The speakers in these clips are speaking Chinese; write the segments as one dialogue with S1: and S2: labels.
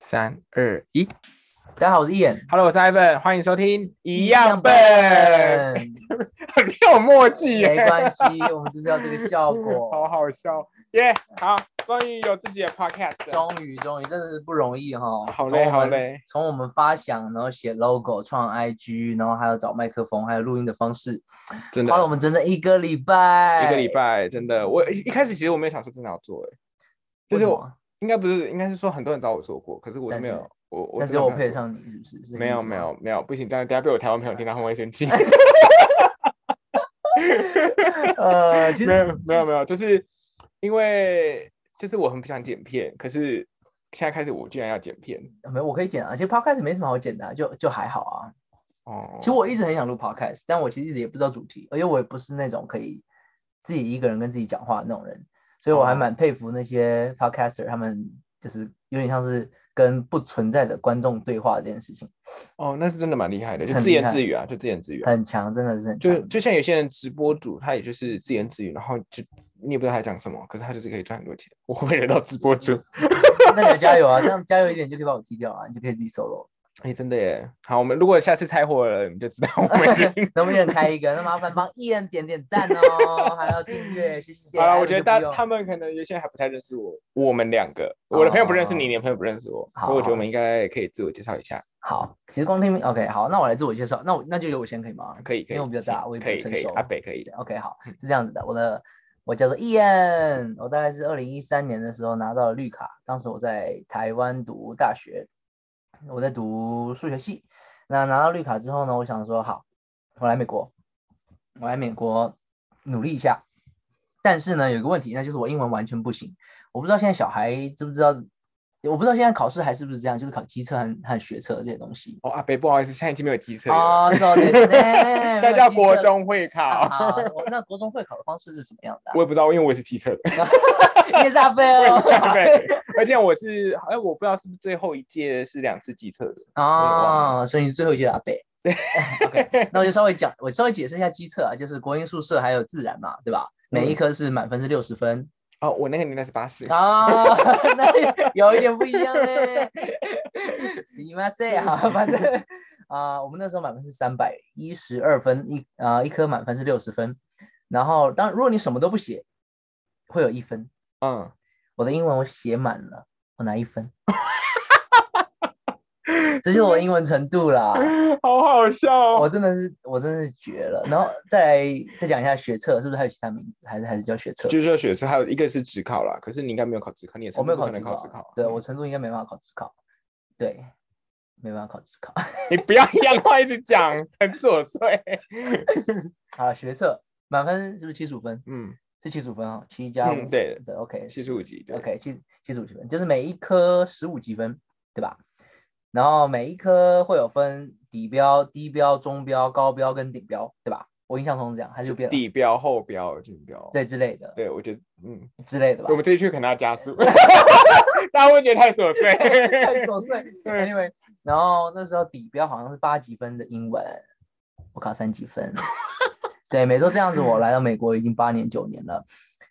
S1: 三二一
S2: 大家好，我是燕，
S1: ，Hello，我是 Ivan，欢迎收听一样笨，
S2: 笨，
S1: 很有默契耶，
S2: 没 关系，我们就是要这个效
S1: 好啊
S2: 果。
S1: 好笑耶好，终于有自己的 Podcast，了
S2: 终于，终于，真的是不容易哈。
S1: 好累
S2: 从我们
S1: 好累。
S2: 从我们发想，然后写 logo、创 IG，然后还有找麦克风，还有录音的方式，
S1: 真
S2: 花了我哎们整整一个礼拜。
S1: 一个礼，拜，真的，我一一开始其实我没有想说真的要做，哎，就是我应该不是，应该是说很多人找我做过，可是我就
S2: 但
S1: 没
S2: 是
S1: 有，我我真
S2: 但是
S1: 的
S2: 我
S1: 没有
S2: 配得
S1: 做
S2: 上你，是不是？是这个
S1: 没
S2: 意
S1: 有
S2: 思
S1: 没
S2: 吗，
S1: 有没有，不行，这样等下被我台湾朋友听到他们会生 气。
S2: 呃，其
S1: 没
S2: 实
S1: 有没有没有，就是因为就是我很不想剪片，可是现在开始我居然要剪片
S2: 没有，我可以剪啊。其实 podcast 没什么好剪的啊、就就还好啊。
S1: 哦。
S2: 其实我一直很想录 podcast，但我其实一直也不知道主题，而且我也不是那种可以自己一个人跟自己讲话的那种人，所以我还
S1: 哦
S2: 蛮佩服那些 podcaster，他们就是有点像是跟不存在的观众对话这件事情，
S1: 哦，那是真的蛮厉害的，就
S2: 很
S1: 自
S2: 厉
S1: 言
S2: 害
S1: 自语啊，就自言自语、啊，
S2: 很强，真的是很
S1: 就
S2: 强。
S1: 就像有些人直播主，他也就是自言自语，然后就你也不知道他在讲什么，可是他就是可以赚很多钱。我会惹到直播 主，
S2: 那你要加油啊，这样加油一点就可以把我踢掉啊，你就可以自己 solo。
S1: 哎、真的耶。好，我们如果下次拆火了，你就知道我们已经
S2: 能不能开一个？那麻烦帮艺人点点赞哦，还要订阅，谢谢。
S1: 好
S2: 爱
S1: 了，
S2: 的
S1: 我觉得
S2: 就不
S1: 大
S2: 用
S1: 他们可能有些人还不太认识我，我们两个，我的朋友不认识你，
S2: 哦
S1: 你的朋友不认识我，
S2: 好
S1: 所以我觉得我们应该可以自我介绍一下，
S2: 好，其实光听 OK，好，那我来自我介绍，那我那就由我先可以吗？
S1: 可以，可以，
S2: 因为我比较大
S1: 行
S2: 我也比
S1: 可
S2: 较
S1: 以，
S2: 成
S1: 可以，
S2: 熟
S1: 阿北可以
S2: 对，OK，好，是这样子的。我的我叫做 Ian，我大概是二零一三年的时候拿到了绿卡，当时我在台湾读大学，我在读数学系。那拿到绿卡之后呢，我想说好，我来美国，我来美国努力一下。但是呢，有一个问题，那就是我英文完全不行。我不知道现在小孩知不知道，我不知道现在考试还是不是这样，就是考机测和和学测这些东西。
S1: 哦，阿北不好意思，现在已经没有机测了，
S2: 哦，so this-
S1: 现在叫国中会考，
S2: 啊好，我那国中会考的方式是什么样的、
S1: 我也不知道，因为我也是机测的，
S2: 啊？也是阿飞哦。
S1: 对，而且我是好像我不知道是不是最后一届是两次机测的，忘
S2: 哦，所以你是最后一届的阿贝。OK，那我就稍微讲，我稍微解释一下机测啊，就是国英数社还有自然嘛，对吧？每一科是满分是六十分
S1: 哦，我那个年代是八十，
S2: 啊，那有一点不一样 嘞。すいません好，反正啊、我们那时候满分是三百一十二分，一啊、一科满分是六十分，然后当如果你什么都不写，会有一分。
S1: 嗯，
S2: 我的英文我写满了，我拿 一分，这就是我的英文程度啦。
S1: 好好笑
S2: 我
S1: 哦，
S2: 真的是，我真的是绝了。然后再来再讲一下学测，是不是还有其他名字？还是还是叫学测？
S1: 就是说学测还有一个是职考啦，可是你应该没有考职考，你也是
S2: 我没有
S1: 不
S2: 考
S1: 可能
S2: 职
S1: 考
S2: 考，
S1: 职考，嗯
S2: 对我程度应该没办法考职考，对，没办法考职考。
S1: 你不要一样话一直讲， 很琐碎，
S2: 好了，学测满分是不是七十五分？
S1: 嗯。
S2: 是七十五分啊、哦，七加
S1: 嗯
S2: 五，
S1: 对
S2: 对，OK，
S1: 七十五级，对
S2: OK，七七十五积分，就是每一科十五积分，对吧？然后每一科会有分底标、低标、中标、高标跟顶标，对吧？我印象中是这样，还是变了
S1: 底标、后标、竞标，
S2: 对之类的
S1: 对，我觉得，嗯，
S2: 之类的吧
S1: 我。们这一区可能要加速， 大家会觉得太琐
S2: 太
S1: 碎。
S2: 琐碎。
S1: 对
S2: Anyway，然后那时候底标好像是八几分的英文，我考三几 分。对，没错，这样子我来到美国已经八年九年了，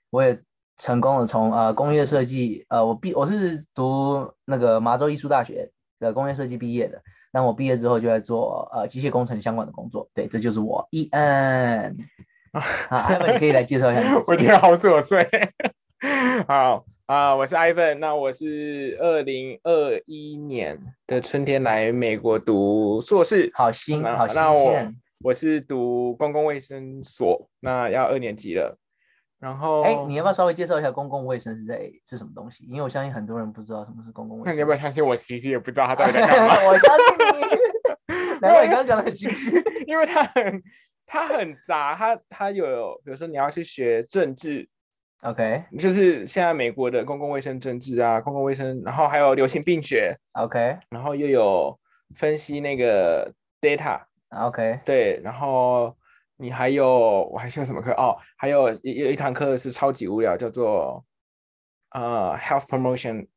S2: 我也成功的从呃工业设计，呃我毕我是读那个麻州艺术大学的工业设计毕业的，那我毕业之后就在做呃机械工程相关的工作。对，这就是我 E N。啊，艾文，你可以来介绍一下你自己。
S1: 我觉得好琐碎。 好啊、我是 Ivan，那我是二零二一年的春天来美国读硕士，
S2: 好新，
S1: 那
S2: 好新
S1: 那我
S2: 鲜。
S1: 我是读公共卫生所，那要二年级了。然后，
S2: 哎，你要不要稍微介绍一下公共卫生是在是什么东西？因为我相信很多人不知道什么是公共卫
S1: 那
S2: 生。
S1: 你 要不要相信我？其实也不知道他到底在干嘛。
S2: 我相 信你，难怪你刚刚讲的很心 虚。
S1: 因为他很他很杂，他他有比如说你要去学政治，
S2: OK
S1: 就是现在美国的公共卫生政治啊，公共卫生，然后还有流行病学，
S2: OK
S1: 然后又有分析那个 data，
S2: OK
S1: 对，然后你还有我还修什么课哦？还有有一堂课是超级无聊，叫做呃 health promotion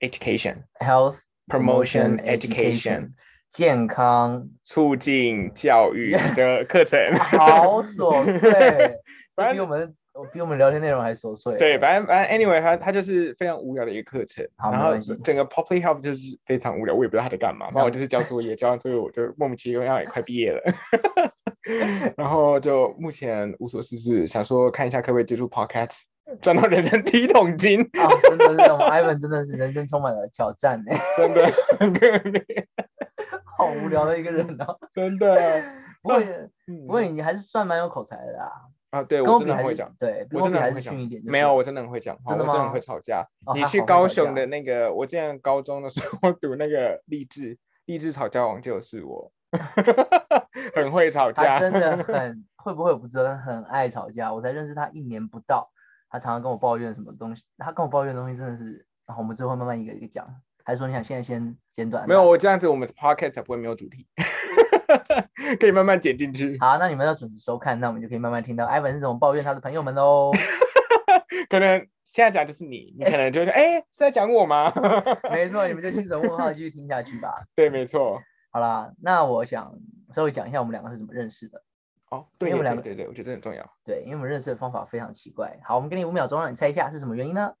S1: education，
S2: health
S1: Promotion education
S2: 健 康，
S1: 促进教育的课程。
S2: 好琐碎，
S1: 反
S2: 这比
S1: 正
S2: 我们我比我们聊天内容还琐碎。啊
S1: 对，反正反正 anyway，它它就是非常无聊的一个课程，
S2: 好
S1: 然
S2: 没
S1: 后
S2: 关系
S1: 整个 Poppy Help 就是非常无聊，我也不知道他在干嘛。那我就是交作业，交完作业我就莫名其妙也快毕业了， 然后就目前无所事事，想说看一下可不可以接触 podcast，赚到人生第一桶金，
S2: 啊，真的是我们 Ivan 真的是人生充满了挑战哎、
S1: 真的很可怜，
S2: 好无聊的一个人哦。
S1: 真的。
S2: 不过也
S1: 嗯
S2: 不过你还是算蛮有口才的啊，
S1: 啊，对
S2: 跟
S1: 我
S2: 我
S1: 真
S2: 比
S1: 的
S2: 还
S1: 很会
S2: 是
S1: 讲。
S2: 对，跟
S1: 我
S2: 我
S1: 真
S2: 比
S1: 的
S2: 还
S1: 很
S2: 是
S1: 会讲
S2: 逊一点。，
S1: 没有，我真的很会讲话，
S2: 真
S1: 我真
S2: 的
S1: 的很
S2: 吗
S1: 会吵架。
S2: 哦
S1: 你
S2: 还
S1: 去
S2: 好会
S1: 高
S2: 吵
S1: 雄的
S2: 架
S1: 那个，我之前高中的时候 读那个励志励志吵架王就是我， 很会吵
S2: 他
S1: 架，
S2: 真的很会不会我不知道，但很爱吵架。我才认识他一年不到，他常常跟我抱怨什么东西，他跟我抱怨的东西真的是，啊、我们之后慢慢一个一个讲。还是说你想现在先简短？
S1: 没有，我这样子，我们 podcast 才不会没有主题， 可以慢慢剪进去。
S2: 好，那你们要准时收看，那我们就可以慢慢听到 Ivan 是怎么抱怨他的朋友们喽。
S1: 可能现在讲就是你，你可能就会说，哎、是在讲我吗？
S2: 没错，你们就亲手问号继续听下去吧。
S1: 对，没错。
S2: 好啦，那我想稍微讲一下我们两个是怎么认识的。
S1: 哦，对
S2: 因为我们
S1: 对
S2: 两个
S1: 对对，我觉得这很重要。
S2: 对，因为我们认识的方法非常奇怪。好，我们给你五秒钟，让你猜一下是什么原因呢？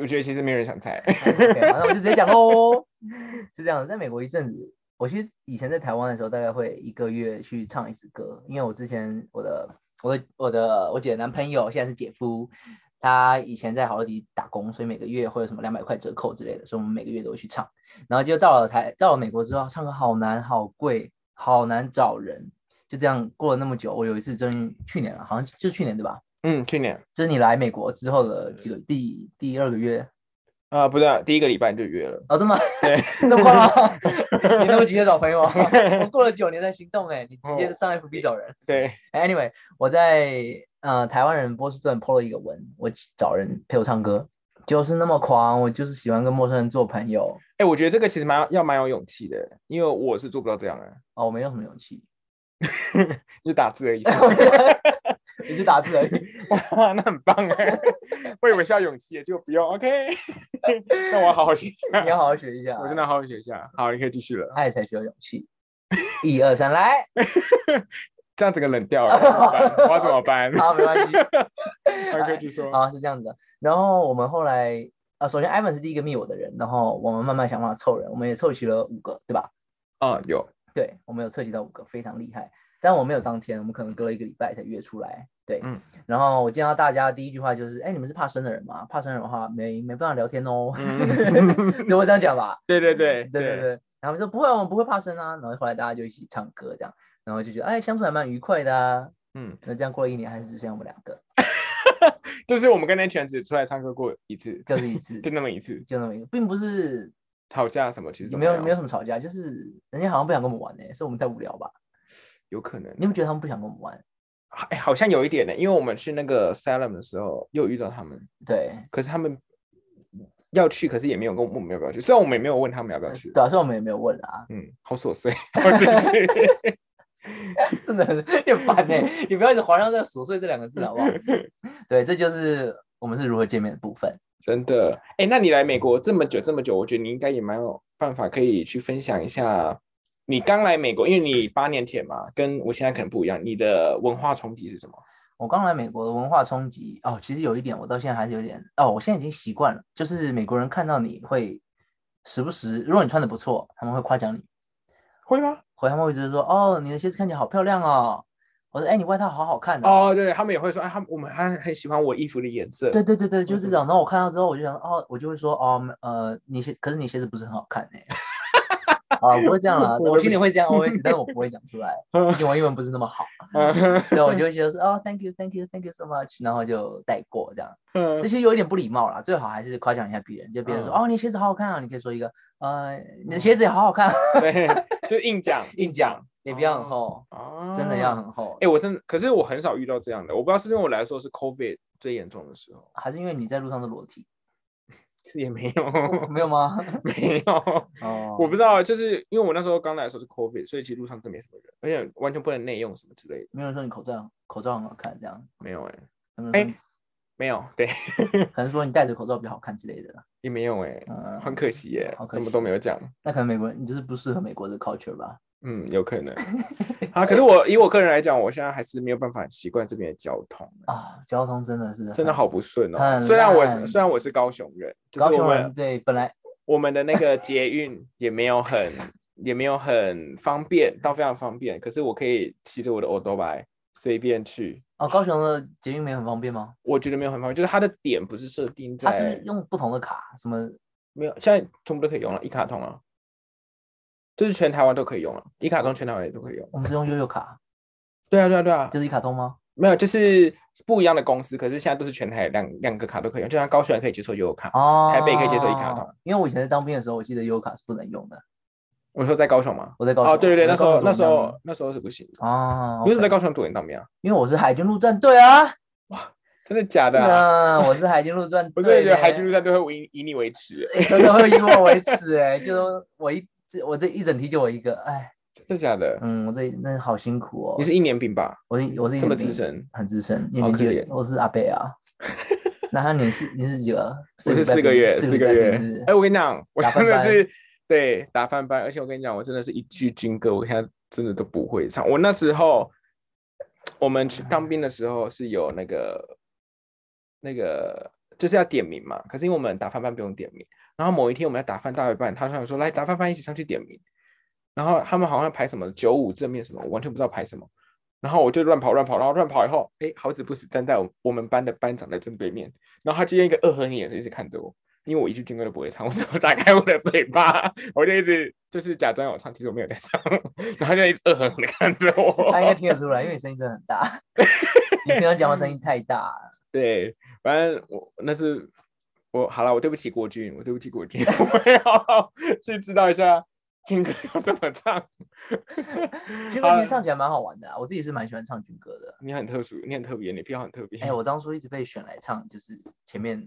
S1: 我觉得其实没有人想猜。
S2: OK，好那我就直接讲喽。 是这样的，在美国一阵子，我其实以前在台湾的时候，大概会一个月去唱一次歌，因为我之前我的我的我的我姐的男朋友现在是姐夫，他以前在好乐迪打工，所以每个月会有什么两百块折扣之类的，所以我们每个月都会去唱。然后就到了台到了美国之后，唱歌好难，好贵，好难找人。就这样过了那么久，我有一次终于去年了，好像就去年对吧？
S1: 嗯，去年
S2: 就是你来美国之后的几个第第二个月
S1: 啊、不是、第一个礼拜就约了。
S2: 哦，真的吗？
S1: 对，
S2: 那么快吗？ 你那么急着找朋友啊？我过了九年才行动哎、你直
S1: 哦
S2: 接上 FB 找人。
S1: 对，
S2: 哎 Anyway，我在呃台湾人波士顿 PO 了一个文，我找人陪我唱歌，就是那么狂，我就是喜欢跟陌生人做朋友。
S1: 哎、我觉得这个其实蛮要蛮有勇气的，因为我是做不到这样的，
S2: 哦，我没有什么勇气，
S1: 就打字而已。
S2: 你就打字而已。
S1: 哇， 那很棒 哎！我以为需要勇气，就不用。OK，那我要好好学一
S2: 你
S1: 下，
S2: 要好好学一下。
S1: 我真的要好好学一下。好，你可以继续了，
S2: 爱才需要勇气。一二三，来！
S1: 这样整个冷掉了，怎么办我要怎么 办？
S2: 好，没关系。
S1: 你可以继续说。
S2: 啊，是这样子的。然后我们后来，啊，首先 Ivan 是第一个密我的人，然后我们慢慢想办法凑人，我们也凑齐了五个，对吧？
S1: 嗯，有，
S2: 对，我哦们有凑齐到五个，非常厉害。但我没有当天，我们可能隔了一个礼拜才约出来。对，
S1: 嗯。
S2: 然后我见到大家第一句话就是：“哎，你们是怕生的人吗？怕生的人的话，没没办法聊天哦。
S1: 嗯
S2: 对我这样讲吧。
S1: 对对对
S2: 对对对，然后我们说不会，我们不会怕生啊。然后后来大家就一起唱歌，这样，然后就觉得哎，相处还蛮愉快的啊。
S1: 嗯，
S2: 那这样过了一年，还是只剩下我们两个，
S1: 就是我们跟那群人只出来唱歌过一次，
S2: 就是 一次，
S1: 就那么一次，
S2: 就那么一个，并不是
S1: 吵架什么其实
S2: 也
S1: 都
S2: 没有没有
S1: 有，
S2: 什么吵架，就是人家好像不想跟我们玩呢、是我们太无聊吧？
S1: 有可能。
S2: 你们觉得他们不想跟我们玩？
S1: 哎，好像有一点呢，因为我们去那个 Salem 的时候又遇到他们，
S2: 对，
S1: 可是他们要去，可是也没有跟我们要不要去，虽然我们也没有问他们要不要去。
S2: 对啊，所以我们也没有问啊，
S1: 嗯，好琐 碎，好继续。
S2: 真的很有点 烦呢、你不要一直划上这个“琐碎”这两个字好不 好？对，这就是我们是如何见面的部分。
S1: 真 的，哎，那你来美国这么久这么久，我觉得你应该也蛮有办法可以去分享一下你刚来美国，因为你八年前嘛，跟我现在可能不一样，你的文化冲击是什么？
S2: 我刚来美国的文化冲击哦，其实有一点我到现在还是有点哦，我现在已经习惯了，就是美国人看到你会时不时，如果你穿的不错，他们会夸奖你，
S1: 会吗？
S2: 回他们会觉得说哦，你的鞋子看起来好漂亮哦，或者哎你外套好好看哦
S1: 哦，对，他们也会说，哎，他们我们还很喜欢我衣服的颜色。
S2: 对对对对，就
S1: 我
S2: 是
S1: 懂
S2: 这样。然后我看到之后，我就想，哦，我就会说，哦，嗯呃，你鞋，可是你鞋子不是很好看哎、啊，我不会这样 啦，
S1: 我
S2: 我
S1: 不
S2: 心里会这样 OS，但是我不会讲 出来，毕竟我英文不是那么好。
S1: 嗯，
S2: 对，我就会觉得说，哦，thank you，thank you，thank you so much，然后就带过这样。这
S1: 嗯
S2: 些有一点不礼貌啦，最好还是夸奖一下别人，就别人说，
S1: 嗯
S2: 哦，你鞋子好好看啊，你可以说一个，呃，你的鞋子也好好看啊，
S1: 对，就硬讲，
S2: 硬讲，脸皮要很厚，
S1: 啊，
S2: 真的要很厚
S1: 哎、。我真的，可是我很少遇到这样的，我不知道是不是对我来说是 COVID 最严重的时候，
S2: 还是因为你在路上的裸体，
S1: 其实也没有，
S2: 没有吗？
S1: 没有，
S2: 哦，
S1: 我不知道，啊就是因为我那时候刚来的时候是 COVID，所以其实路上真没什么人，而且完全不能内用什么之类的，
S2: 没有人说你口罩口罩很好看这样，
S1: 没有哎、
S2: 有没有人说
S1: 哎
S2: 你
S1: 没有，对，
S2: 可能说你戴着口罩比较好看之类的。
S1: 也没有哎、
S2: 嗯，
S1: 很可惜耶、
S2: 好可
S1: 什么
S2: 惜
S1: 都没有讲。
S2: 那可能美国人你就是不适合美国的 culture 吧？
S1: 嗯，有可 能啊。可是我以我个人来讲，我现在还是没有办法很习惯这边的交通，
S2: 啊，交通真的是
S1: 真的
S2: 很，
S1: 好不顺哦。
S2: 很
S1: 虽然我是
S2: 烂
S1: 虽然我是高雄人，就是
S2: 高
S1: 我
S2: 雄
S1: 们
S2: 人对本来
S1: 我们的那个捷运也没有很也没有很方便，到非常方便。可是我可以骑着我的欧多白随便去，
S2: 哦，高雄的捷运没有很方便吗？
S1: 我觉得没有很方便，就是它的点不是设定在
S2: 它是不是用不同的卡？什么
S1: 没有，现在全部都可以用了，一卡通啊，就是全台湾都可以用了，一卡通全台湾也都可以用。
S2: 我们是用悠悠卡，
S1: 对啊，对啊，对啊，
S2: 就是一卡通吗？
S1: 没有，就是不一样的公司，可是现在都是全台两两个卡都可以用，就像高雄也可以接受悠游卡。
S2: 哦，
S1: 台北可以接受一卡通，
S2: 因为我以前在当兵的时候，我记得悠悠卡是不能用的。
S1: 我说在高雄吗？
S2: 我在高雄，
S1: 哦，对对对，那
S2: 我
S1: 时候
S2: 在
S1: 那
S2: 高雄
S1: 时
S2: 当
S1: 候
S2: 兵
S1: 那时候是不行的。
S2: 哦，
S1: 你为什么在
S2: OK
S1: 高雄读研当兵啊？
S2: 因为我是海军陆战队 啊，
S1: 真的假的啊？
S2: 嗯，我是海军 陆战队，
S1: 我真的觉得海军陆战队会以以你为耻，
S2: 队真的会以我为耻哎，就是我一我这一整题就我一个，哎，
S1: 真的假的？
S2: 嗯，我这那好辛苦哦。
S1: 你是一年兵吧？
S2: 我是我是一
S1: 这么
S2: 年
S1: 资
S2: 兵，
S1: 深，
S2: 很资深，一
S1: 好
S2: 年
S1: 可
S2: 级
S1: 怜
S2: 我是阿贝 啊。那他你是你是几个？
S1: 我是
S2: 四
S1: 四个月，
S2: 四
S1: 四个月。哎，
S2: 哎，
S1: 我跟你讲，我
S2: 打
S1: 真的
S2: 翻
S1: 是对打翻班，而且我跟你讲，我真的是一句军歌，我现在真的都不会唱。我那时候我们去当兵的时候是有那个那个就是要点名嘛，可是因为我们打翻班不用点名，然后某一天我们要打翻到一半，他突然说来打翻班一起上去点名，然后他们好像排什么九五正面什么，我完全不知道排什么。然后我就乱跑乱跑，然后乱跑以后，哎，好死不死站在我我们班的班长的正对面，然后他就用一个恶狠的眼神一直看着我，因为我一句军歌都不会唱，我只有打开我的嘴巴，我就一直就是假装有唱，其实我没有在唱， 然后就一直恶狠狠的看着
S2: 他应该
S1: 我。
S2: 听得出来，因为你声音真的很大。你平常讲话声音太大 了，
S1: 对，反正我那是我好了，我对不起国军，我对不起国军， 我要去知道一下军歌要怎么唱。好了
S2: 军歌其实唱起来蛮好玩的啊，我自己是蛮喜欢唱军歌的。
S1: 你很特殊，你很特别，你癖好很特别。
S2: 哎，我当初一直被选来唱，就是前面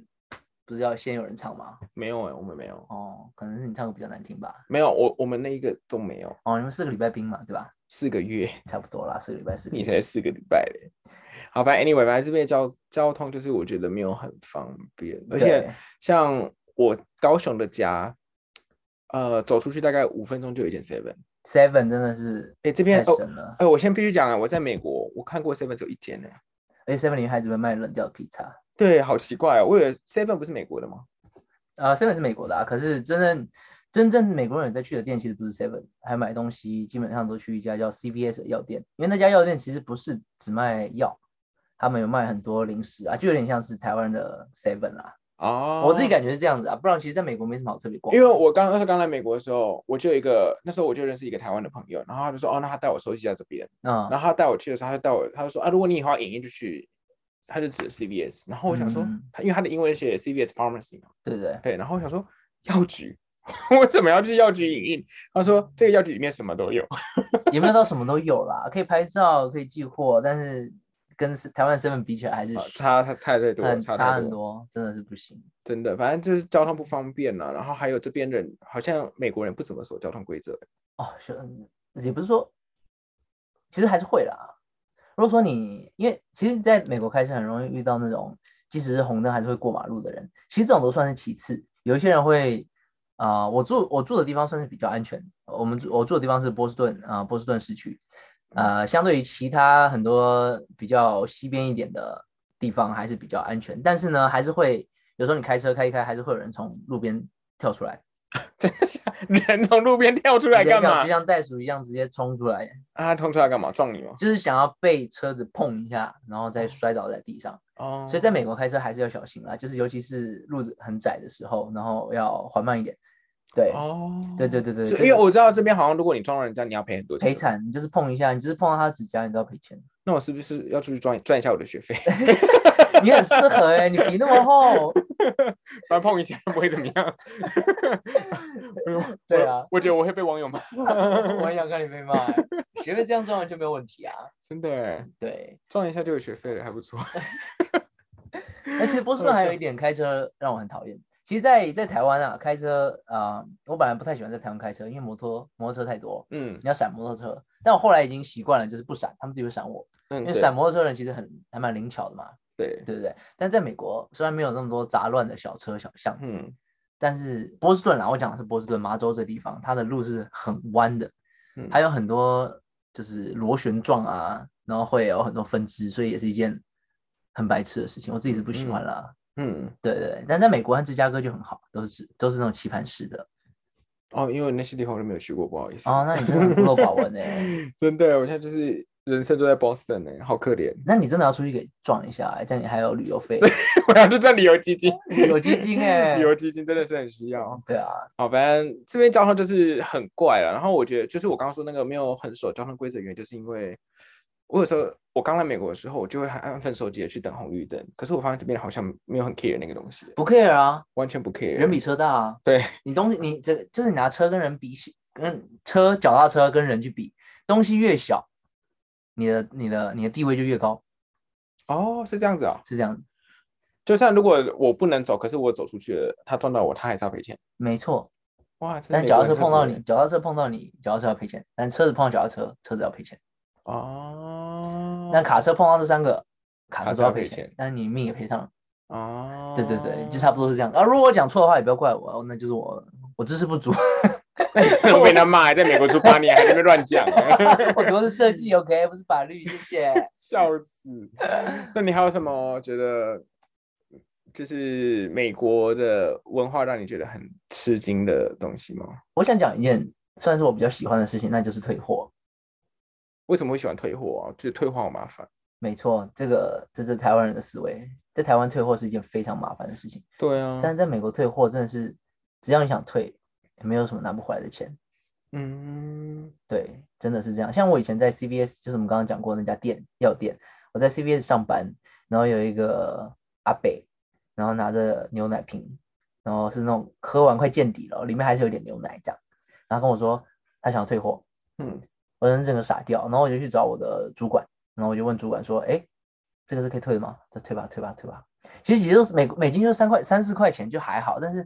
S2: 不是要先有人唱吗？
S1: 没有哎、我们没有，
S2: 哦，可能是你唱歌比较难听吧。
S1: 没有，我我们那一个都没有，
S2: 哦，你们四个礼拜兵嘛，对吧？
S1: 四个月。
S2: 差不多啦，四个礼拜，四个
S1: 你
S2: 礼拜。
S1: 才四个礼拜嘞。好吧，anyway，反正这边的交交通就是我觉得没有很方便，而且
S2: 对
S1: 像我高雄的家，呃，走出去大概五分钟就有一间 seven。
S2: Seven 真的是
S1: 哎，这边
S2: 太
S1: 哦，
S2: 神了，
S1: 哎，我先必须讲啊，我在美国我看过 seven 只有一间呢。
S2: 而且 Seven 里面还只会卖冷掉的披萨。
S1: 对，好奇怪、哦，我以为 seven 不是美国的吗？
S2: 啊，Seven 是美国的、啊，可是真正真正美国人在去的店其实不是 Seven，还买东西基本上都去一家叫 CVS 的药店，因为那家药店其实不是只卖药，他们有卖很多零食啊，就有点像是台湾的 Seven 啦。
S1: 哦，
S2: 我自己感觉是这样子啊，不然其实在美国没什么好特别逛的。
S1: 因为我刚那时候刚来美国的时候，我就有一个那时候我就认识一个台湾的朋友，然后他就说，哦，那他带我收集一下这边，
S2: 嗯，
S1: 然后他带我去的时候，他就带我，他就说啊，如果你以后要营业就去，他就指的 CVS。然后我想说，
S2: 嗯
S1: 他因为他的英文写 CVS Pharmacy 嘛，
S2: 对不对？
S1: 对，然后我想说药局， 我怎么要去药局影印？他说这个药局里面什么都 有，啊
S2: 也没有到什么都有啦，可以拍照，可以寄货，但是跟台湾的 Seven 比起来还是
S1: 哦差太太太多，
S2: 很
S1: 差
S2: 差
S1: 太
S2: 很
S1: 多，
S2: 多，真的是不行。
S1: 真的，反正就是交通不方便啊了、然后还有这边人好像美国人不怎么守交通规则，
S2: 哦，是，嗯也不是说，其实还是会啦。如果说你，因为其实在美国开车很容易遇到那种，即使是红灯还是会过马路的人，其实这种都算是其次。有一些人会，啊、我住我住的地方算是比较安全，我们住我住的地方是波士顿啊、波士顿市区，呃，相对于其他很多比较西边一点的地方还是比较安全，但是呢，还是会有时候你开车开一开，还是会有人从路边跳出来，
S1: 真的是人从路边跳出
S2: 直
S1: 来
S2: 接
S1: 干
S2: 跳
S1: 嘛
S2: 就？像袋鼠一样直接冲出来。
S1: 啊，他冲出来干嘛？撞你吗？
S2: 就是想要被车子碰一下，然后再摔倒在地上。
S1: 嗯哦，
S2: 所以在美国开车还是要小心啦，就是尤其是路子很窄的时候，然后要缓慢一点。对，
S1: 哦，
S2: 对对对对，
S1: 是
S2: 这
S1: 因为
S2: 个
S1: 我知道这边好像如果你撞到人家，你要赔很多钱，
S2: 赔惨，你就是碰一下，你就是碰到他的指甲，你都要赔钱。
S1: 那我是不是要出去赚赚一下我的学费？
S2: 你很适合哎、你皮那么厚，
S1: 反正碰一下不会怎么样。 我
S2: 对啊，
S1: 我觉得我会被网友骂，
S2: 我很想看你被骂欸、学费这样赚完全没有问题啊。
S1: 真的耶，
S2: 对，
S1: 撞一下就有学费了，还不 错。
S2: 那其实波士顿还有一点开车让我很讨厌。其实在，在台湾啊，开车啊、呃我本来不太喜欢在台湾开车，因为摩托摩托车太多，
S1: 嗯
S2: 你要闪摩托车，但我后来已经习惯了，就是不闪，他们自己会闪我，
S1: 嗯，
S2: 因为
S1: 对
S2: 闪摩托车的人其实很还蛮灵巧的嘛，
S1: 对，
S2: 对不对？但在美国虽然没有那么多杂乱的小车小巷子，
S1: 嗯
S2: 但是波士顿啦，我讲的是波士顿麻州这地方，它的路是很弯的，
S1: 嗯
S2: 还有很多就是螺旋状啊，然后会有很多分支，所以也是一件很白痴的事情。我自己是不喜欢啦，
S1: 嗯，
S2: 对对。但在美国和芝加哥就很好，都是只都是那种棋盘式的。
S1: 哦，因为那些地方我都没有去过，不好意思。
S2: 哦，那你真的很孤陋寡闻呢、
S1: 真的，我现在就是人生都在 Boston 呢、好可怜。
S2: 那你真的要出去给撞一下、欸，这样你还有旅游费、
S1: 我要去赚旅游基金，
S2: 旅游基金哎、
S1: 旅游基金真的是很需要。
S2: 对啊，
S1: 好，反正这边交通就是很怪了。然后我觉得，就是我刚刚说那个没有很守交通规则的原因，就是因为我有时候我刚来美国的时候，我就会很按分手机的去等红绿灯。可是我发现这边好像没有很 care 那个东西，
S2: 不 care 啊，
S1: 完全不 care。
S2: 人比车大啊。
S1: 嗯对
S2: 你东西，你这个就是你拿车跟人比，跟车脚踏车跟人去比，东西越小，你的你的你的地位就越高，
S1: 哦，是这样子啊、
S2: 是这样。
S1: 就算如果我不能走，可是我走出去了，他撞到我，他还是要赔钱。
S2: 没错，
S1: 哇，真的
S2: 但
S1: 美
S2: 脚
S1: 国
S2: 踏车
S1: 人
S2: 碰
S1: 特
S2: 到
S1: 别
S2: 你，脚踏车碰到你，脚踏车要赔钱；但车子碰到脚踏车，车子要赔钱。
S1: 哦，
S2: 那卡车碰到这三个，卡
S1: 卡车
S2: 车都要
S1: 要
S2: 赔
S1: 赔
S2: 钱
S1: 钱，
S2: 但是你命也赔上了。
S1: 哦，
S2: 对对对，就差不多是这样。啊，如果我讲错的话，也不要怪我哦，那就是我我知识 不足，
S1: 多。 我被他骂，在美国住八年还在那边乱讲，
S2: 我读的是设计，OK，不是法律，谢谢。
S1: 笑死。那你还有什么觉得就是美国的文化让你觉得很吃惊的东西吗？
S2: 我想讲一件算是我比较喜欢的事情，那就是退货。
S1: 为什么会喜欢退货啊？就是退货好麻烦。
S2: 没错，这个这是台湾人的思维，在台湾退货是一件非常麻烦的事情，
S1: 对啊
S2: 但是在美国退货真的是，只要你想退，也没有什么拿不回来的钱。
S1: 嗯，
S2: 对，真的是这样。像我以前在 CVS，就是我们刚刚讲过那家店药店，我在 CVS 上班，然后有一个阿北，然后拿着牛奶瓶，然后是那种喝完快见底了，里面还是有点牛奶这样，然后跟我说他想要退货，
S1: 嗯，
S2: 我人整个傻掉，然后我就去找我的主管，然后我就问主管说，哎，这个是可以退的吗？他说退吧，退吧，退吧。其实也就是每美金就三块三四块钱就还好，但是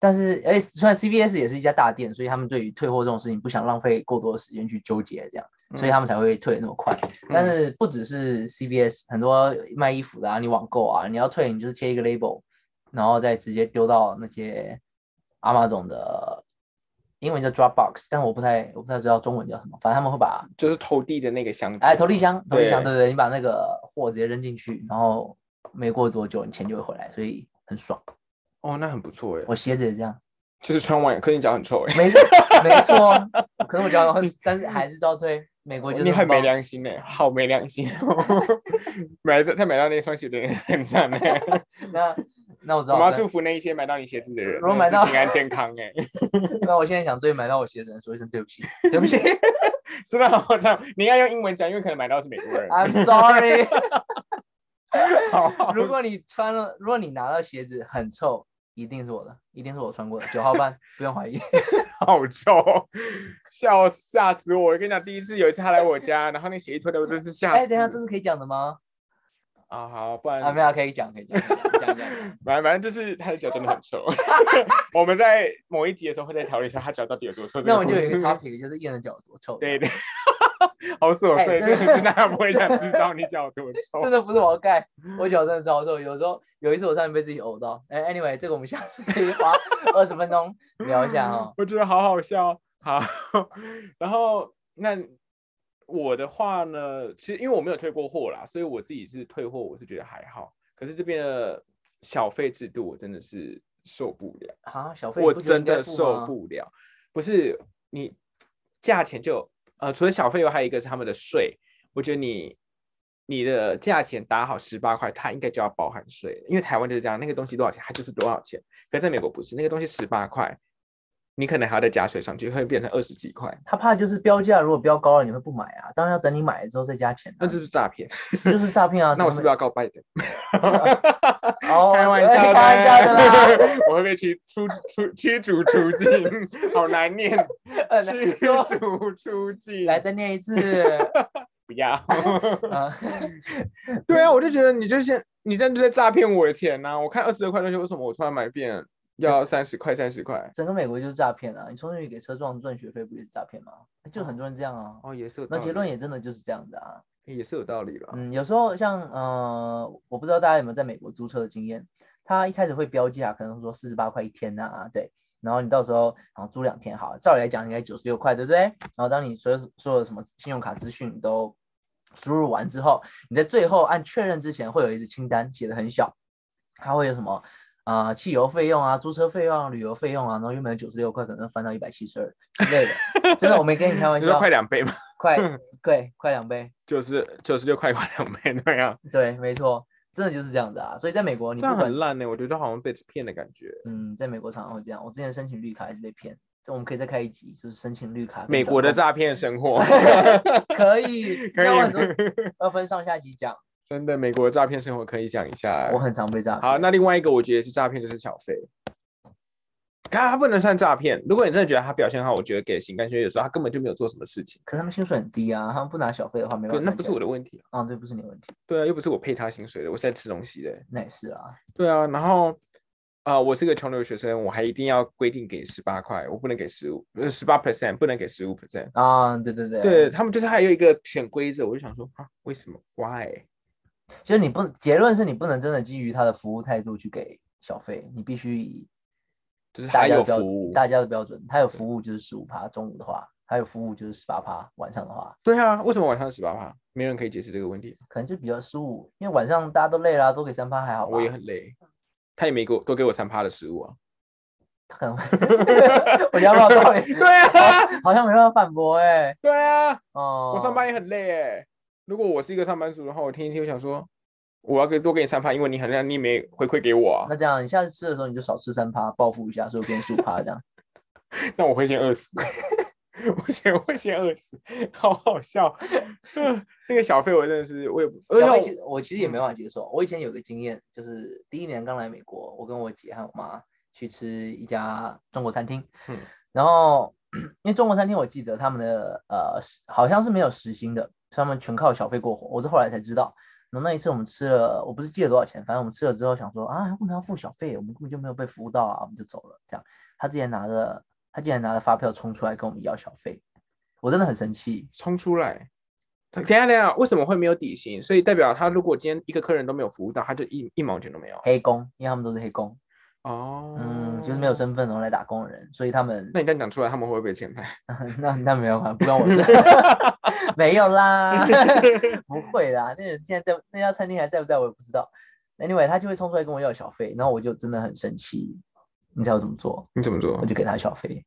S2: 但是哎，虽然 CVS 也是一家大店，所以他们对于退货这种事情不想浪费过多的时间去纠结这样，所以他们才会退的那么快。但是不只是 CVS，很多卖衣服的啊，你网购啊，你要退你就是贴一个 label，然后再直接丢到那些 Amazon 的英文叫 Dropbox，但我不太我不太知道中文叫什么，反正他们会把
S1: 就是投递的那个箱子，
S2: 哎，投递箱，投递箱，
S1: 对
S2: 对对，你把那个货直接扔进去，然后没过多久你钱就会回来，所以很爽。
S1: 哦，那很不错哎，
S2: 我鞋子也这样，
S1: 就是穿完，可是你脚很臭哎，
S2: 没没错，啊可能我脚很，但是还是照推。美国就是
S1: 你
S2: 这
S1: 很
S2: 么
S1: 没
S2: 棒
S1: 良心呢，好没良心哦！ 买到再买到那双鞋的人很赞呢。
S2: 那那我知
S1: 我
S2: 道
S1: 们要
S2: 那
S1: 祝福那一些买到你鞋子的人，
S2: 如果
S1: 真的
S2: 买
S1: 是
S2: 到
S1: 平安健康哎，
S2: 那我现在想对买到我鞋子的人说一声对不起，对不起
S1: 真的好赞！你应该用英文讲，因为可能买到是美国人。
S2: ，I'm sorry。
S1: 好好
S2: 如果你穿了，如果你拿到鞋子很臭，一定是我的，一定是我穿过的九号班，不用 怀疑。
S1: 好臭，笑死吓死我！我跟你讲，第一次有一次他来我家，然后那鞋一脱掉，我真是吓死。
S2: 哎，等一下，这是可以讲的吗？
S1: 啊，好，不然
S2: 啊，没有，可以讲，可以讲，可以讲讲讲。
S1: 反正反正就是他的脚真的很 臭。我们在某一集的时候会再讨论一下他脚到底有多臭。
S2: 那我们就有一个
S1: 他
S2: topic，就是验的脚有多臭。
S1: 对 对，好琐
S2: 哎
S1: 碎，
S2: 真 的
S1: 真的是大家不会想知道你脚有多臭。
S2: 真的不是我要盖，我脚真的超臭。有时候有一次我差点被自己呕到。哎、a n y w a y 这个我们下次可以花二十分钟聊一下哦。
S1: 我觉得好好笑。好， 然后那我的话呢，其实因为我没有退过货啦，所以我自己是退货，我是觉得还好。可是这边的小费制度，我真的是受不了，
S2: 啊，小费
S1: 我
S2: 不是应
S1: 真
S2: 该
S1: 的
S2: 付
S1: 受
S2: 吗
S1: 不了。不是你价钱就呃，除了小费以外，还有一个是他们的税。我觉得你你的价钱打好十八块，它应该就要包含税，因为台湾就是这样，那个东西多少钱，它就是多少钱。可是在美国不是，那个东西十八块，你可能还要再加税上去，会变成二十几块，
S2: 他怕就是标价，如果标高了你会不买啊？当然要等你买了之后再加钱、啊。
S1: 那是不是诈骗？
S2: 这就是诈骗啊！
S1: 那我是不
S2: 怎
S1: 是
S2: 么
S1: 要告拜登？
S2: 会哦，
S1: 开玩
S2: 哎
S1: 笑的，
S2: 开玩笑的 啦。
S1: 我会被驱出出驱逐出境，好难念，
S2: 呃
S1: 驱
S2: 说
S1: 逐出境，
S2: 来再念一次。
S1: 不 要。
S2: 啊，
S1: 对啊，我就觉得你就是你这样就在诈骗我的钱呐、我看二十多块东西，为什么我突然买变要三十块？三十块？
S2: 整个美国就是诈骗啊！你冲进去给车撞赚学费，不也是诈骗吗？就很多人这样啊。
S1: 哦，也是有道
S2: 那
S1: 理，
S2: 结论也真的就是这样的啊。
S1: 也是有道理了。
S2: 嗯，有时候像呃，我不知道大家有没有在美国租车的经验，他一开始会标价，可能说四十八块一天呐、对，然后你到时候然后租两天好了，照理来讲应该九十六块，对不对？然后当你所有所有什么信用卡资讯都输入完之后，你在最后按确认之前会有一支清单，写的很小，它会有什么啊、呃汽油费用啊、租车费用、啊、旅游费用啊，然后原本九十六块可能翻到一百七十二之类的，真的我没跟你开 玩
S1: 你说
S2: 笑，
S1: 快两倍嘛，
S2: 快快快两倍，
S1: 就是九十六块快两倍那样，
S2: 对，没错，真的就是这样子啊。所以在美国，你
S1: 这
S2: 不
S1: 样
S2: 管
S1: 很烂呢、我觉得好像被骗的感觉。
S2: 嗯，在美国常常会这样。我之前申请绿卡也是被骗，这我们可以再开一集，就是申请绿卡跟
S1: 美
S2: 转
S1: 国的
S2: 换
S1: 诈骗生 活，
S2: 可以，
S1: 可
S2: 那我很
S1: 以
S2: 多，要分上下集讲，
S1: 真的美国的诈骗生活可以讲一下。
S2: 我很常被诈骗。
S1: 好，那另外一个我觉得是诈骗，就是小费。他他不能算诈骗，如果你真的觉得他表现好，我觉得给薪，但是有时候他根本就没有做什么事情，
S2: 可是他们薪水很低啊，他们不拿小费的话没
S1: 可
S2: 办法。
S1: 那不是我的问题啊。
S2: 啊，对，不是你的问题，
S1: 对啊，又不是我配他薪水的，我是在吃东西的。
S2: 那也是啊。
S1: 对啊，然后啊、呃我是个穷留学生，我还一定要规定给十八块，我不能给十五，呃，十八 percent 不能给十五 percent。
S2: 啊，对对对，
S1: 对，他们就是还有一个潜规则，我就想说啊，为什么？Why？
S2: 就是你不结论是你不能真的基于他的服务态度去给小费，你必须以
S1: 就是
S2: 大
S1: 还
S2: 家
S1: 有
S2: 的
S1: 服
S2: 标
S1: 务。
S2: 大家的标准，他有服务就是十五趴，中午的话，还有服务就是十八趴，晚上的话，
S1: 对啊，为什么晚上十八趴？没人可以解释这个问题。
S2: 可能就比较十五，因为晚上大家都累啦、多给三趴还好吧。
S1: 我也很累，他也没给我多给我三趴的食物啊。
S2: 他可能会， 我觉得他没有道理，
S1: 对啊，
S2: 好像没办法反驳哎、
S1: 对啊，
S2: 哦，
S1: 我上班也很累哎。如果我是一个上班族的话，我天一天我想说，我要给多给你三趴，因为你很累，你也没回馈给我啊
S2: 那，这样，你下次吃的时候你就少吃三趴，报复一下，所以我给你十五趴这样。
S1: 那我会先饿死。 我先我会先饿死，好好笑。呃那个小费我真的是，我也不，而
S2: 小费
S1: 且
S2: 其实我其实也没办法接受。我以前有个经验，就是第一年刚来美国，我跟我姐和我妈去吃一家中国餐厅，
S1: 嗯
S2: 然后因为中国餐厅我记得他们的呃是好像是没有时薪的，所以他们全靠小费过活。我是后来才知道。然后那一次我们吃了，我不是记得多少钱，反正我们吃了之后想说啊，为什么要付小费？我们根本就没有被服务到啊，我们就走了。这样，他竟然拿着他竟然拿着发票冲出来跟我们要小费，我真的很生气。
S1: 冲出来。等一下等一下，为什么会没有底薪？所以代表他如果今天一个客人都没有服务到，他就一一毛钱都没有。
S2: 黑工，因为他们都是黑工，
S1: 哦，
S2: 嗯，就是没有身份然后来打工的人，所以他们
S1: 那你这样讲出来，他们会不会被遣返？
S2: 那那没有啊，不关我 事， 没有啦， 不会啦，那人现在在那家餐厅还在不在我也不知道。Anyway，他就会冲出来跟我要小费，然后我就真的很生气，你知道我怎么做？
S1: 你怎么做
S2: 我？就给他小费，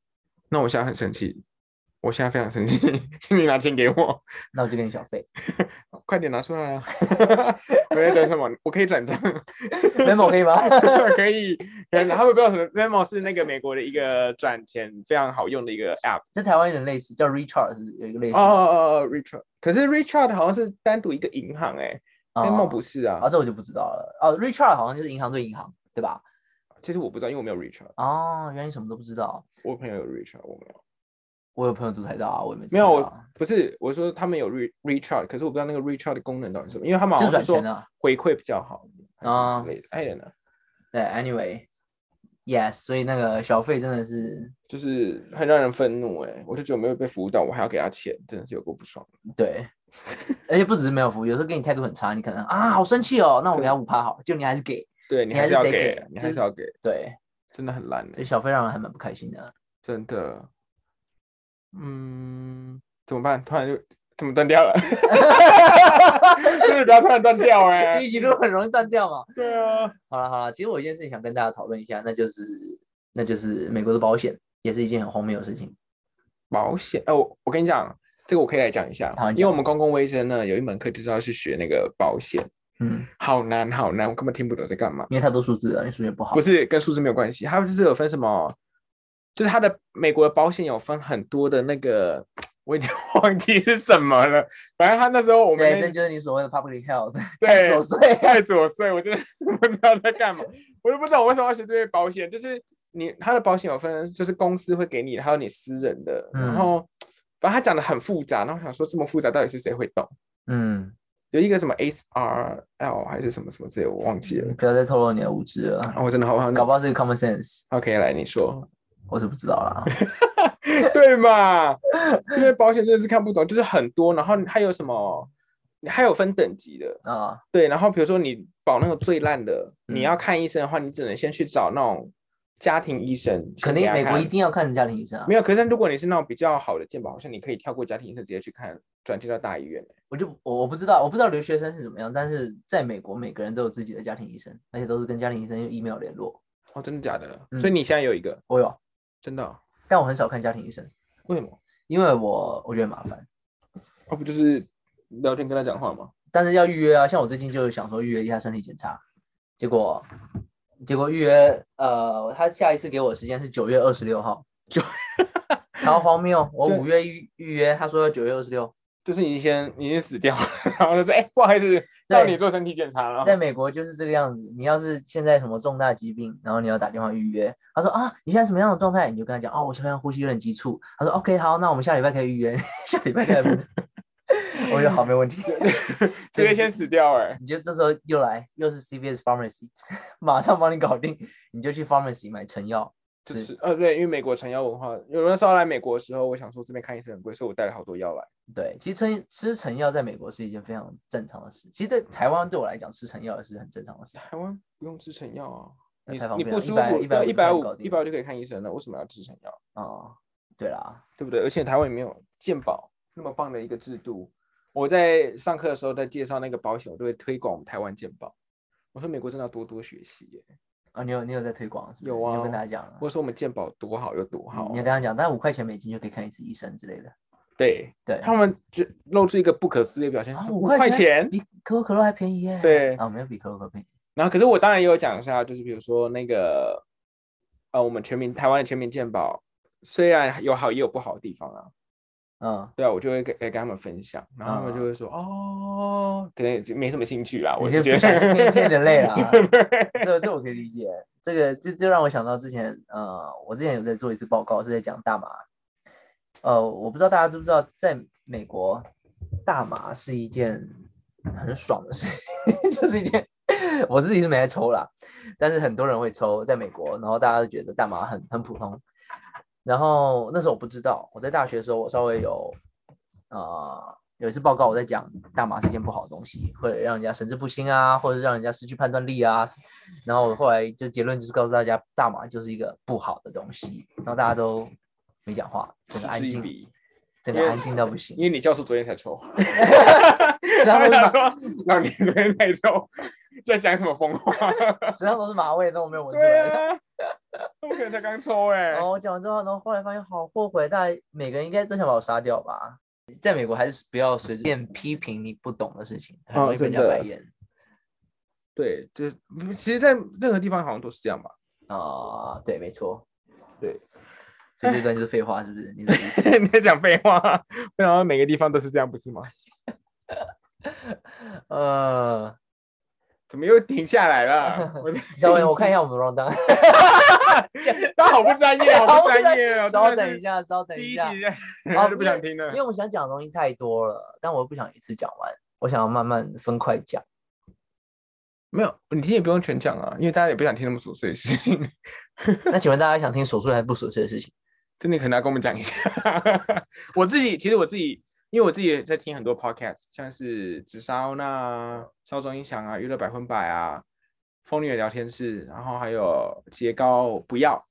S1: 那我现在很生气，我现在非常生气， 请你拿钱给我，
S2: 那我就给你小 费，
S1: 快点拿出来啊！ 我在等什么？我可以转账，
S2: 没某可以吗？
S1: 可以。可以他们不要什么 Venmo 是那个美国的一个转钱非常好用的一个 app。
S2: 这台湾有点类似，叫 Recharge 是有一个类似
S1: 哦
S2: 的
S1: 哦哦哦，Richard，可是 Richard 好像是单独一个银行哎、
S2: 哦
S1: v e n m o 不是啊
S2: 啊，。这我就不知道了。哦，Recharge 好像就是银行对银行，对吧？
S1: 其实我不知道，因为我没有 Richard，
S2: 哦，原来你什么都不知道。
S1: 我朋友有 Richard，我没有。
S2: 我有朋友读台大啊，我也没
S1: 没有，
S2: 读台
S1: 我
S2: 大
S1: 不是我说他们有 re Richard，可是我不知道那个 Richard 的功能到底是什么，因为他们
S2: 就
S1: 好
S2: 是
S1: 像
S2: 转
S1: 是说
S2: 钱啊。
S1: 回馈比较好啊
S2: 啊
S1: 之类的。哎呀呢，
S2: 对，anyway，yes，所以那个小费真的是
S1: 就是很让人愤怒哎、我就觉得我没有被服务到，我还要给他钱，真的是有够不爽。
S2: 对，而且不只是没有服务，有时候给你态度很差，你可能啊好生气哦，那我给
S1: 对
S2: 他五趴好了，就你还是给，
S1: 对你
S2: 你
S1: 还
S2: 还
S1: 是
S2: 是
S1: 要
S2: 得
S1: 给
S2: 给，
S1: 你
S2: 就
S1: 还是
S2: 是
S1: 要给，
S2: 对，
S1: 真的很烂哎、
S2: 所以小费让人还蛮不开心的。
S1: 真的。嗯，怎么办？突然就怎么断掉了？ 真的不要突然断掉哎、
S2: 第一集录很容易断掉嘛。
S1: 对啊，
S2: 好了好了，其实我有一件事情想跟大家讨论一下，那就是那就是美国的保险也是一件很荒谬的事情。
S1: 保险哦，我我跟你讲，这个我可以来讲一下
S2: 好，
S1: 因
S2: 你
S1: 为
S2: 讲
S1: 我们公共卫生呢有一门课就是要去学那个保险，
S2: 嗯，
S1: 好难好难，我根本听不懂在干嘛。
S2: 因为太多数字了，你数学不好。
S1: 不是跟数字没有关系，它就是有分什么，就是它的美国的保险有分很多的那个，我已经忘记是什么了。反正他那时候我
S2: 对，这
S1: 们
S2: 就是你所谓的 public health，
S1: 那
S2: 太琐
S1: 对
S2: 碎了。
S1: 太琐碎，我真的是不知道在干嘛，我都不知道我为什么要学这些保险。就是你它的保险有分，就是公司会给你的，还有你私人的。然
S2: 嗯
S1: 后反正他讲的很复杂，然后我想说这么复杂到底是谁会懂？
S2: 嗯，
S1: 有一个什么 HRL 还是什么什么之类，我忘记了。
S2: 不要再透露你的无知了，
S1: 啊我真的好想
S2: 搞不好哦是 common sense，
S1: OK，来你说。
S2: 我是不知道啦。
S1: 对嘛？这边保险真的是看不懂，就是很多，然后还有什么，还有分等级的，
S2: 啊，
S1: 对。然后比如说你保那个最烂的，你
S2: 嗯
S1: 要看医生的话，你只能先去找那种家庭医生，
S2: 肯定
S1: 先给
S2: 美
S1: 他
S2: 国
S1: 看
S2: 一定要看家庭医生啊
S1: 没。有。可是如果你是那种比较好的健保，好像你可以跳过家庭医生直接去看，转接到大医院。
S2: 我就我我不知道，我不知道留学生是怎么样，但是在美国，每个人都有自己的家庭医生，而且都是跟家庭医生用 email 联络。
S1: 哦，真的假的？
S2: 嗯
S1: 所以你现在有一个，
S2: 我有，
S1: 真的哦、
S2: 但我很少看家庭医生，
S1: 为什么？
S2: 因为我我觉得麻烦。
S1: 哦，不就是聊天跟他讲话吗？
S2: 但是要预约啊，像我最近就想说预约一下身体检查，结果结果预约，呃，他下一次给我的时间是九月二十六号，九，超荒谬！我
S1: 对
S2: 五月预预约，他说要九月二十六，
S1: 就是你先你已经死掉了， 然后就说，哎、不好意思，到
S2: 对
S1: 你做身体检查 了。
S2: 在美国就是这个样子。你要是现在什么重大疾病，然后你要打电话预约，他说啊，你现在什么样的状态，你就跟他讲，哦，我现在呼吸有点急促。他说 OK，好，那我们下礼拜可以预约，下礼拜可以预约。 我觉得好没问题。
S1: 直接先死掉哎、
S2: 你就这时候又来，又是 CVS Pharmacy，马 上帮你搞定，你就去 Pharmacy 买成药。
S1: 就是是呃、对，因为美国成药文化，有那时候来美国的时候，我想说这边看医生很贵，所以我带了好多药来。
S2: 对，其实成吃成药在美国是一件非常正常的事。其实，在台湾对我来讲，吃成药也是很正常的事。
S1: 台湾不用吃成药啊，
S2: 那
S1: 你
S2: 太方
S1: 你
S2: 便
S1: 不
S2: 了
S1: 舒
S2: 100
S1: 服，对，一百
S2: 150
S1: 五
S2: 就
S1: 一
S2: 搞
S1: 百
S2: 定
S1: 五就可以看医生了，为什么要吃成药？
S2: 哦、对啦，
S1: 对不对？而且台湾也没有健保那么棒的一个制度。我在上课的时候在介绍那个保险，我都会推广我们台湾健保。我说美国真的要多多学习耶，
S2: 啊，你有你有在推广是不是？
S1: 有
S2: 你有
S1: 啊
S2: 跟大家讲啊。
S1: 或者说我们健保多好有多好啊
S2: 嗯你要跟。他讲，但五块钱美金就可以看一次医生之类的。
S1: 对
S2: 对，
S1: 他们就露出一个不可思议的表情，
S2: 啊，
S1: 就
S2: 五
S1: 五块钱。
S2: 比可口可乐还便宜耶。
S1: 对
S2: 啊，没有比可口可乐便宜。
S1: 然后，可是我当然也有讲一下，就是比如说那个，呃，我们全民台湾的全民健保，虽然有好也有不好的地方啦，啊
S2: 嗯，
S1: 对啊，我就会跟跟他们分享，然后他们就会说、哦，可能也就没什么兴趣啦。我
S2: 你
S1: 是
S2: 就
S1: 觉
S2: 不想去听一些
S1: 得，
S2: 人类啦。
S1: 对
S2: 这这我可以理解。这个这这让我想到之前，呃，我之前有在做一次报告，是在讲大麻。呃，我不知道大家知不知道，在美国，大麻是一件很爽的事， 就是一件我自己是没在抽啦，但是很多人会抽，在美国，然后大家都觉得大麻很很普通。然后那时候我不知道，我在大学的时候，我稍微有，呃，有一次报告我在讲大麻是一件不好的东西，会让人家神志不清啊，或者让人家失去判断力啊。然后我后来就结论就是告诉大家，大麻就是一个不好的东西。然后大家都没讲话，整个安
S1: 嗤之以
S2: 静，
S1: 鼻，
S2: 整个安静到不行
S1: 因。为你教授昨天才抽，
S2: 实际上
S1: 他们
S2: 都是
S1: 想
S2: 马，
S1: 说老你昨天才抽，在讲什么疯 话？
S2: 实际上都是马味，但我没有闻出
S1: 对
S2: 来。
S1: 啊，他们可能才刚抽哎、
S2: 然后我讲完之后，然后后来发现好后悔，大家每个人应该都想把我杀掉吧。在美国还是不要随便批评你不懂的事情，很
S1: 哦
S2: 容易被人家
S1: 真的
S2: 白眼
S1: 对，这其实，在任何地方好像都是这样吧。
S2: 啊、对，没错，
S1: 对。
S2: 所以这段就是废话，是不是？你的 意思
S1: 你在讲废话，然后每个地方都是这样，不是吗？
S2: 呃，
S1: 怎么又停下来了？ 我
S2: 小伟，我看一下我们的 round down。
S1: 他好啊不专业， 好不专业哦！
S2: 稍
S1: 真的
S2: 等
S1: 是
S2: 一下，稍等
S1: 第
S2: 一
S1: 一哦
S2: 下，
S1: 集
S2: 啊
S1: 他 就不想听了
S2: 因为。我们想讲的东西太多了，但我又不想一次讲完，我想要慢慢分块讲。
S1: 没有，你听也不用全讲啊，因为大家也不想听那么琐碎的事情。
S2: 那请问大家想听琐碎还是不琐碎的事情？
S1: 真的可能要跟我们讲一下。 我自己其实我自己，因为我自己也在听很多 podcast，像是紫砂那啊、少中音响啊、娱乐百分百啊、风女的聊天室，然后还有杰高不要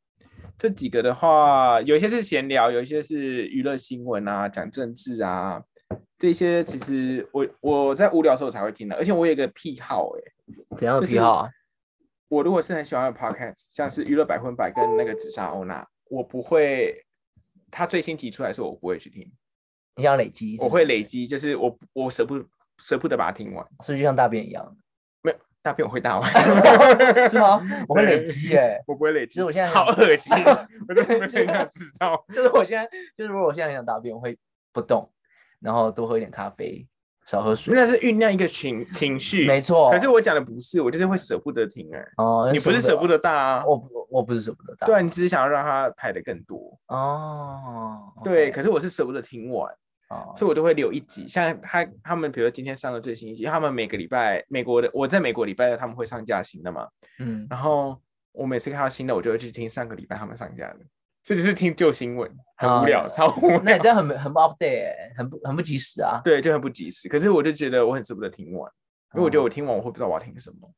S1: 这几个的话，有一些是闲聊，有一些是娱乐新闻啊、讲政治啊，这些其实我我在无聊的时候才会听的，而且我有一个癖好哎、
S2: 怎样的
S1: 就是
S2: 癖好啊？
S1: 我如果是很喜欢的 podcast，像是娱乐百分百跟那个紫砂欧娜，我不会，它最新集出来的时候我不会去听，
S2: 你想累积是不是
S1: 我会累，积，就是我我舍不舍不得把它听完，
S2: 是不是就像大便 一样？
S1: 大便我会大 完，
S2: 是吗？我会累积 耶、
S1: 我不会累积，
S2: 其实我现在很
S1: 好恶 心，我真的不太想知道。
S2: 就是我现在，就是如果我现在很想大便，我会不动，然后多喝一点咖啡，少喝水。
S1: 那是酝酿一个情情绪，
S2: 没错，
S1: 可是我讲的不是，我就是会舍不得听哎、
S2: 哦，
S1: 你不是舍不得大啊？
S2: 我不我不是舍不得大。
S1: 对啊，你只是想要让它排的更多。
S2: 哦，
S1: 对，
S2: OK，
S1: 可是我是舍不得听完，
S2: 哦
S1: 所以我都会留一集。像他他们，比如说今天上了最新一集，因为他们每个礼拜美国的，我在美国礼拜六他们会上架新的嘛。
S2: 嗯，
S1: 然后我每次看到新的，我就会去听上个礼拜他们上架的，这就是听旧新闻，很无聊，
S2: 啊
S1: 超无
S2: 那你
S1: 聊。
S2: 这样很很不 update，耶很不很不及时啊。
S1: 对，就很不及时。可是我就觉得我很舍不得听完，因为我觉得我听完我会不知道我要听什么。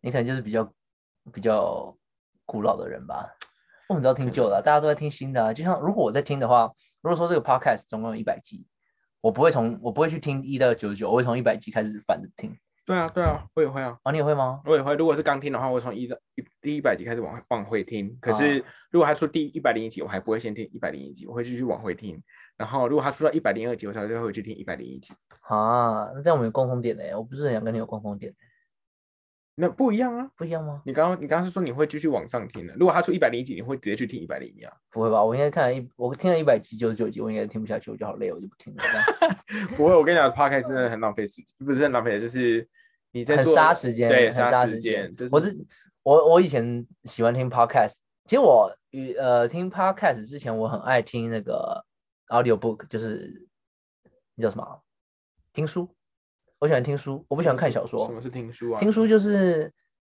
S2: 你可能就是比较比较古老的人吧。我们都听旧的啊、大家都在听新的、啊。就像如果我在听的话，如果说这个 podcast 总共有一百集，我不会从我不会去听一到九十九，我会从一百集开始反着听。
S1: 对啊，对啊，我也会啊，
S2: 啊，你也会吗？
S1: 我也会。如果是刚听的话，我从一的一第一百集开始往往回听。可是
S2: 啊
S1: 如果他说第一百零一集，我还不会先听一百零一集，我会继续往回听。然后如果他说到一百零二集，我才会回去听一百零一集。
S2: 啊，那这样我们有共同点呢、我不是很想跟你有共同点，
S1: 那不一样啊！
S2: 不一样吗？
S1: 你刚刚你刚刚是说你会继续往上听的，如果他说一百零一集，你会直接去听一百零一啊？
S2: 不会吧？我应该看了一，我听了一百集九十九集，我应该听不下去，我就好累，我就不听了。这样
S1: 不会，我跟你讲，podcast 真的很浪费时间，不是很浪费，就是你在
S2: 很
S1: 做
S2: 杀时间，
S1: 对，
S2: 很杀
S1: 时
S2: 间。
S1: 就是
S2: 我是我我以前喜欢听 podcast，其实我与呃听 podcast 之前，我很爱听那个 audio book，就是那叫什么啊？听书。我喜欢听书，我不喜欢看小说。
S1: 什么是听书啊？
S2: 听书就是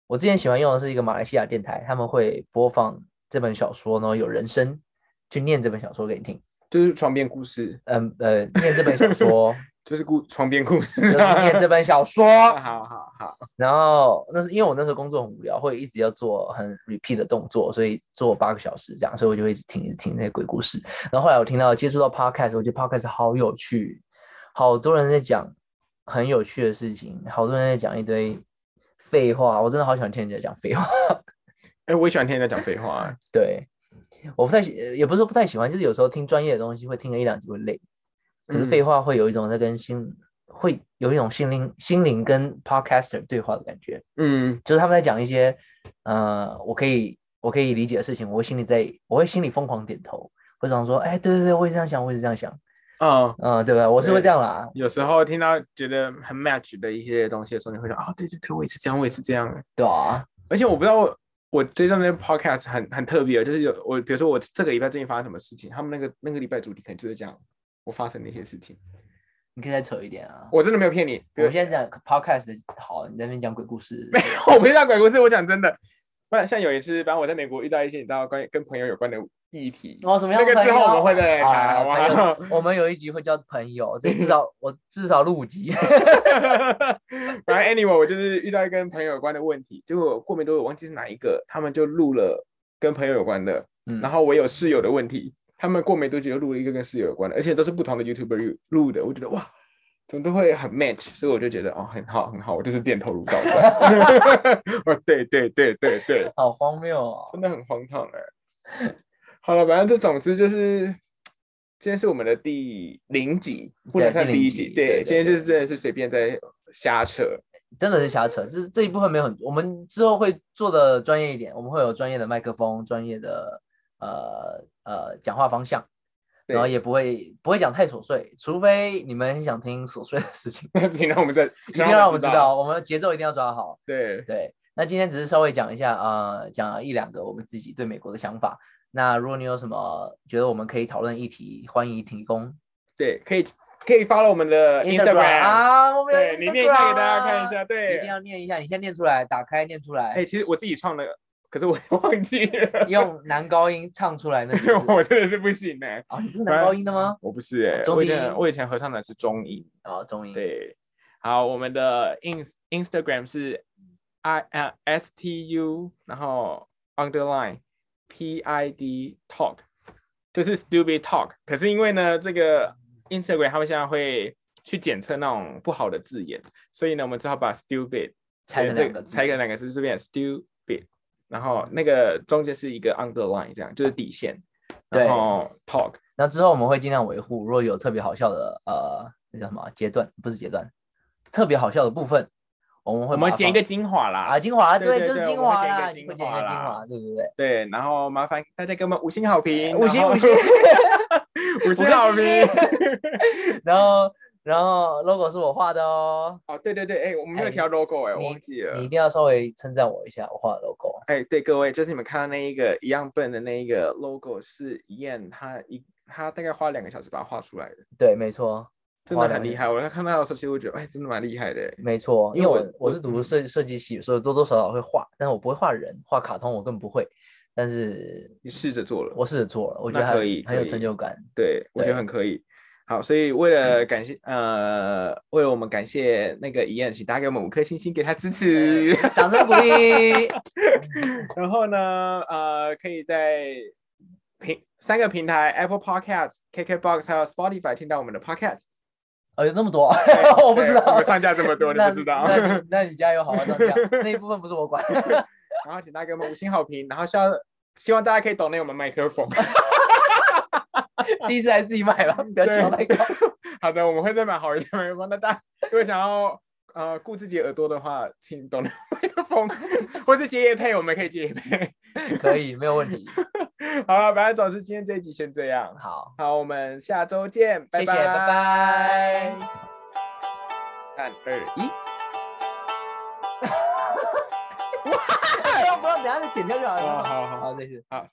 S2: 我之前喜欢用的是一个马来西亚电台，他们会播放这本小说，然后有人声去念这本小说给你听。
S1: 就是床边故事，
S2: 嗯呃，念这本小 说，
S1: 就是故床边故事，啊
S2: 就是念这本小说。
S1: 好好好，
S2: 然后那是因为我那时候工作很无聊，会一直要做很 repeat 的动作，所以做八个小时这样，所以我就会一直听一直听那些鬼故事。然后后来我听到接触到 podcast，我觉得 podcast 好有趣，好多人在讲很有趣的事情，好多人在讲一堆废话，我真的好喜欢听人家讲废话。
S1: 哎、我也喜欢听人家讲废话、啊。
S2: 对，我不太喜，也不是说不太喜欢，就是有时候听专业的东西会听个一两集会累，可是废话会有一种在跟心，会有一种心灵心灵跟 podcaster 对话的感觉，
S1: 嗯，
S2: 就是他们在讲一些，呃，我可以我可以理解的事情，我会心里在，我会心里疯狂点头，会想说，哎，对对对，我也这样想，我也是这样想，
S1: 哦，
S2: 嗯，对吧？我是会
S1: 对
S2: 这样啦，
S1: 有时候听到觉得很 match 的一些东西的时候，你会想啊、对对对，我也是这样，我也是这样。
S2: 对啊，
S1: 而且我不知道我我对上面 podcast 很很特别，就是有我比如说我这个礼拜最近发生什么事情，他们那个那个礼拜主题可能就是讲我发生的一些事情。
S2: 你可以再扯一点啊。
S1: 我真的没有骗你，比如
S2: 我们现在讲 podcast 的好，你在那边讲鬼故事，
S1: 我不是讲鬼故事，我讲真的。不然像有一次，反正我在美国遇到一些你知道关于跟朋友有关的议题，
S2: 哦，什么样
S1: 那
S2: 的
S1: 个
S2: 朋
S1: 之
S2: 友？
S1: 后我们会再来谈，好
S2: 啊，
S1: 不
S2: 朋
S1: 好？
S2: 友，我们有一集会叫朋友，这至少我至少录五集。
S1: 反正 anyway，我就是遇到一个跟朋友有关的问题，结果过没多久我忘记是哪一个，他们就录了跟朋友有关的，
S2: 嗯
S1: 然后我有室友的问题，他们过没多久又录了一个跟室友有关的，而且都是不同的 YouTuber 录的，我觉得哇，怎么都会很 match，所以我就觉得哦很好很好，我就是点头如捣蒜， 哦对对对对对，
S2: 好荒谬哦！
S1: 真的很荒唐哎、好了，反正这总之就是，今天是我们的第零集，不能
S2: 对
S1: 算
S2: 第
S1: 第
S2: 零
S1: 一
S2: 集
S1: 集。
S2: 对对
S1: 今天就是
S2: 对
S1: 真的是随便在瞎扯。
S2: 真的是瞎扯，这这一部分没有很，我们之后会做的专业一点，我们会有专业的麦克风，专业的呃呃讲话方向，
S1: 对，
S2: 然后也不会不会讲太琐碎，除非你们很想听琐碎的事情
S1: 请 让我们再，
S2: 一
S1: 请
S2: 定要让我们
S1: 知
S2: 知道，。我们的节奏一定要抓好。
S1: 对，
S2: 对，那今天只是稍微讲一下，呃，讲了一两个我们自己对美国的想法。那如果你有什么觉得我们可以讨论议题，欢迎提供
S1: 对，可以可以 follow 我们的呃
S2: Instagram
S1: Instagram，
S2: 啊，我们有
S1: 对，你念一下给大家看一
S2: Instagram 啊，
S1: 下。
S2: 一
S1: 对
S2: 定，要念一下，你先念出来，打开念出来，
S1: 哎，其实我自己创的，可是我
S2: 哦
S1: 忘记了，
S2: 用男高音唱出来那几个字
S1: 我真的是不行哎。
S2: 啊，你不是男高音的吗？
S1: 我不是哎，
S2: 中
S1: 我以
S2: 低
S1: 前
S2: 音
S1: 我以前合唱团是中音。
S2: 哦，中音，
S1: 对，好，我们的 ins Instagram 是 i 呃 s t u，然后 underline p i d talk，就是 stupid talk。可是因为呢，这个 Instagram 他们现在会去检测那种不好的字眼，所以呢，我们只好把 stupid
S2: 拆成
S1: 这
S2: 两个字
S1: 拆成两个字，这边 stupid，然后那个中间是一个 underline，这样就是底线。
S2: 对
S1: 然后 talk，
S2: 那之后我们会尽量维护，如果有特别好笑的，呃，那叫什么阶段？不是阶段，特别好笑的部分，我们会
S1: 我
S2: 把
S1: 们
S2: 它
S1: 剪一
S2: 放
S1: 个精华啦，
S2: 啊，精华，
S1: 对对
S2: 就是
S1: 对
S2: 精
S1: 我们
S2: 华
S1: 会剪一个
S2: 啦，
S1: 精
S2: 会剪一
S1: 华
S2: 个精
S1: 啦
S2: 华，对不对？
S1: 对，然后麻烦大家给我们五星好评，
S2: 五星
S1: 然后
S2: 五 星
S1: 五星
S2: 颗
S1: 好评。
S2: 然后然后 logo 是我画的哦，
S1: 哦，对对对，哎，我们没有
S2: 哎
S1: 调 logo 哎，我
S2: 你
S1: 忘记了
S2: 你一。定要稍微称赞我一下，我画的 logo。
S1: 哎，对各位，就是你们看到那一个一样笨的那一个 logo 是一燕，他一他大概花两个小时把它画出来的，
S2: 对，没错，
S1: 真
S2: 花
S1: 的
S2: 两
S1: 很
S2: 个
S1: 厉害。我在看到的时候，其实我觉得，哎，真的蛮厉害的。
S2: 没错，因
S1: 因
S2: 为
S1: 为
S2: 我
S1: 我
S2: 我
S1: 我
S2: 是读
S1: 嗯
S2: 设设计系，所以多多少少会画，但是我不会画人，画卡通我更不会。但是
S1: 你试着做了，
S2: 我试着做了，我觉
S1: 那
S2: 得还
S1: 可以
S2: 很有
S1: 可以
S2: 成就感。
S1: 对我觉
S2: 对
S1: 得很可以。好，所以为了感谢，呃，为了我们感谢那个遗言，请大家给我们五颗星星，给他支持。
S2: 掌声鼓 励。
S1: 然后呢，呃，可以在平三个平台 Apple Podcast、KKBox 还有 Spotify 听到我们的 Podcast。
S2: 哦，有那么多啊，
S1: 对
S2: 我不知
S1: 对哎我
S2: 道
S1: 们。上架这么 多，你
S2: 那
S1: 不知道。
S2: 那你那你加油，好好上架。那一部分不是我 管。
S1: 然后请大家给我们五星好评，然后希望希望大家可以懂内我们麦克风。
S2: 第一次还自己买了，不要期望太高。
S1: 好的，我们会再买好一点麦克风。那大家如果想要呃顾自己的耳朵的话，请懂内麦克风， 或是接夜配，我们可以接夜配。
S2: 可以，没有问题。
S1: 好了，反正总之今天这一集先这样。
S2: 好，
S1: 好，我们下周见，拜
S2: 谢谢，拜
S1: 拜。
S2: 拜。
S1: 三二一，
S2: 要不要等一下再剪掉就好
S1: 哦，
S2: 了。
S1: 好好
S2: 好，再见。
S1: 好。